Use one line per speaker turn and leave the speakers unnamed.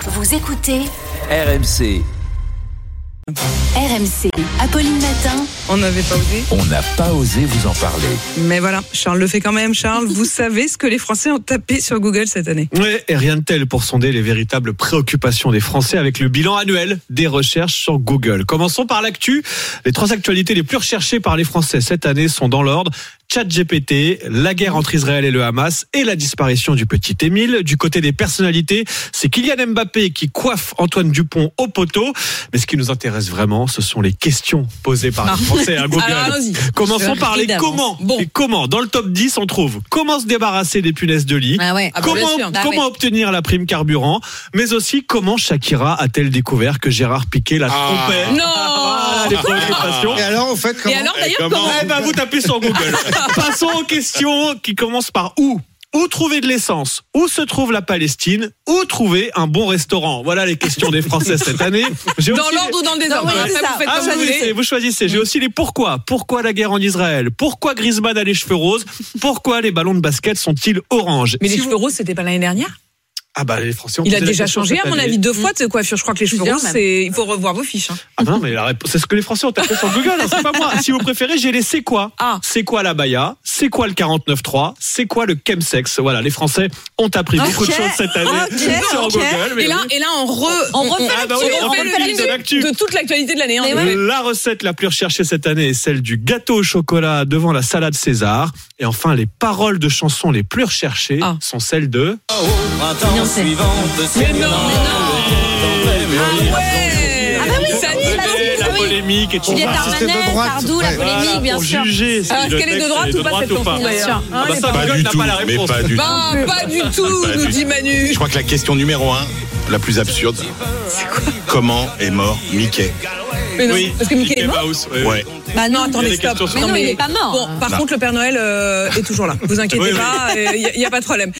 Vous écoutez
RMC.
RMC. Apolline Matin.
On n'avait pas osé.
On n'a pas osé vous en parler.
Mais voilà, Charles le fait quand même. Charles, vous savez ce que les Français ont tapé sur Google cette année
Ouais, et rien de tel pour sonder les véritables préoccupations des Français avec le bilan annuel des recherches sur Google. Commençons par l'actu. Les trois actualités les plus recherchées par les Français cette année sont dans l'ordre. ChatGPT, la guerre entre Israël et le Hamas et la disparition du petit Émile. Du côté des personnalités, c'est Kylian Mbappé qui coiffe Antoine Dupont au poteau. Mais ce qui nous intéresse vraiment, ce sont les questions posées par les Français à Google.
Alors, allons-y.
Commençons par les
Évidemment.
comment.
Bon.
Et comment Dans le top 10, on trouve comment se débarrasser des punaises de lit,
Ah ouais. Ah bah,
comment,
bien sûr. Bah
comment
ouais.
obtenir la prime carburant, mais aussi comment Shakira a-t-elle découvert que Gérard Piqué la trompait
Non.
Voilà les préoccupations.
Et alors, en fait, comment
Et alors, d'ailleurs, comment
Eh ben, vous tapez sur Google. Passons aux questions qui commencent par où où trouver de l'essence Où se trouve la Palestine Où trouver un bon restaurant Voilà les questions des Français cette année. J'ai
Dans
aussi-
l'ordre ou dans le désordre
Non, oui,
Après,
c'est
vous
ça.
faites Mm.
ah,
comme vous
vous,
voulez.
laissez, vous choisissez. J'ai aussi les pourquoi. Pourquoi la guerre en Israël Pourquoi Griezmann a les cheveux roses Pourquoi les ballons de basket sont-ils orange
Mais
Si
les
vous-
cheveux roses, c'était pas l'année dernière
Ah bah les Français ont
Il a
posé la
déjà
question
changé,
cette
à mon
année.
avis, deux fois de coiffure. Je crois que les cheveux
Plusieurs
roses,
même.
c'est... il faut revoir vos fiches. hein.
Ah non, mais la réponse, c'est ce que les Français ont tapé sur Google, hein, c'est pas moi. Si vous préférez, j'ai les c'est quoi
Ah.
C'est quoi la Baya C'est quoi le 49.3 C'est quoi le chemsex Voilà, les Français ont appris beaucoup de
Ok,
choses cette année
ok,
sur
ok.
Google. mais
Et là,
oui.
et là, on re-
On refait
Ah bah oui,
on
on
refait
refait le film de l'actu.
de toute l'actualité de l'année. hein.
Mais ouais.
La recette la plus recherchée cette année est celle du gâteau au chocolat devant la salade César. Et enfin, les paroles de chansons les plus recherchées
Ah.
sont celles de...
Printemps
Beyoncé.
suivant de ces
Mais non, mais non. Ah ouais.
Ah bah oui,
Ça
c'est
dit,
la-
la
oui.
polémique et tout
Juliette
ça.
c'était de
Armanet,
droite.
Sardou, la
Ouais.
polémique, bien
pour
sûr.
juger si
Alors,
le
est-ce Ah, qu'elle est de
texte
droite ou pas cette
ou pas.
chanson d'ailleurs
Ah bah ça,
Pas
Google
du
n'a
tout,
pas la
mais
réponse.
pas du tout.
Bah, pas du
Ah,
tout,
Pas
nous
du
dit
tout.
Manu.
Je crois que la question numéro un, la plus absurde, comment est mort Mickey
Mais non,
Oui,
parce que Mickey est mort.
Mouse. oui, oui.
Ouais.
Bah non,
Il y
attendez,
a des
stop.
questions sur
Mais non, il est pas mort.
Bon, par
Non.
contre, le Père Noël euh, est toujours là. Vous inquiétez
Oui, oui.
pas, il n'y a, y a pas de problème.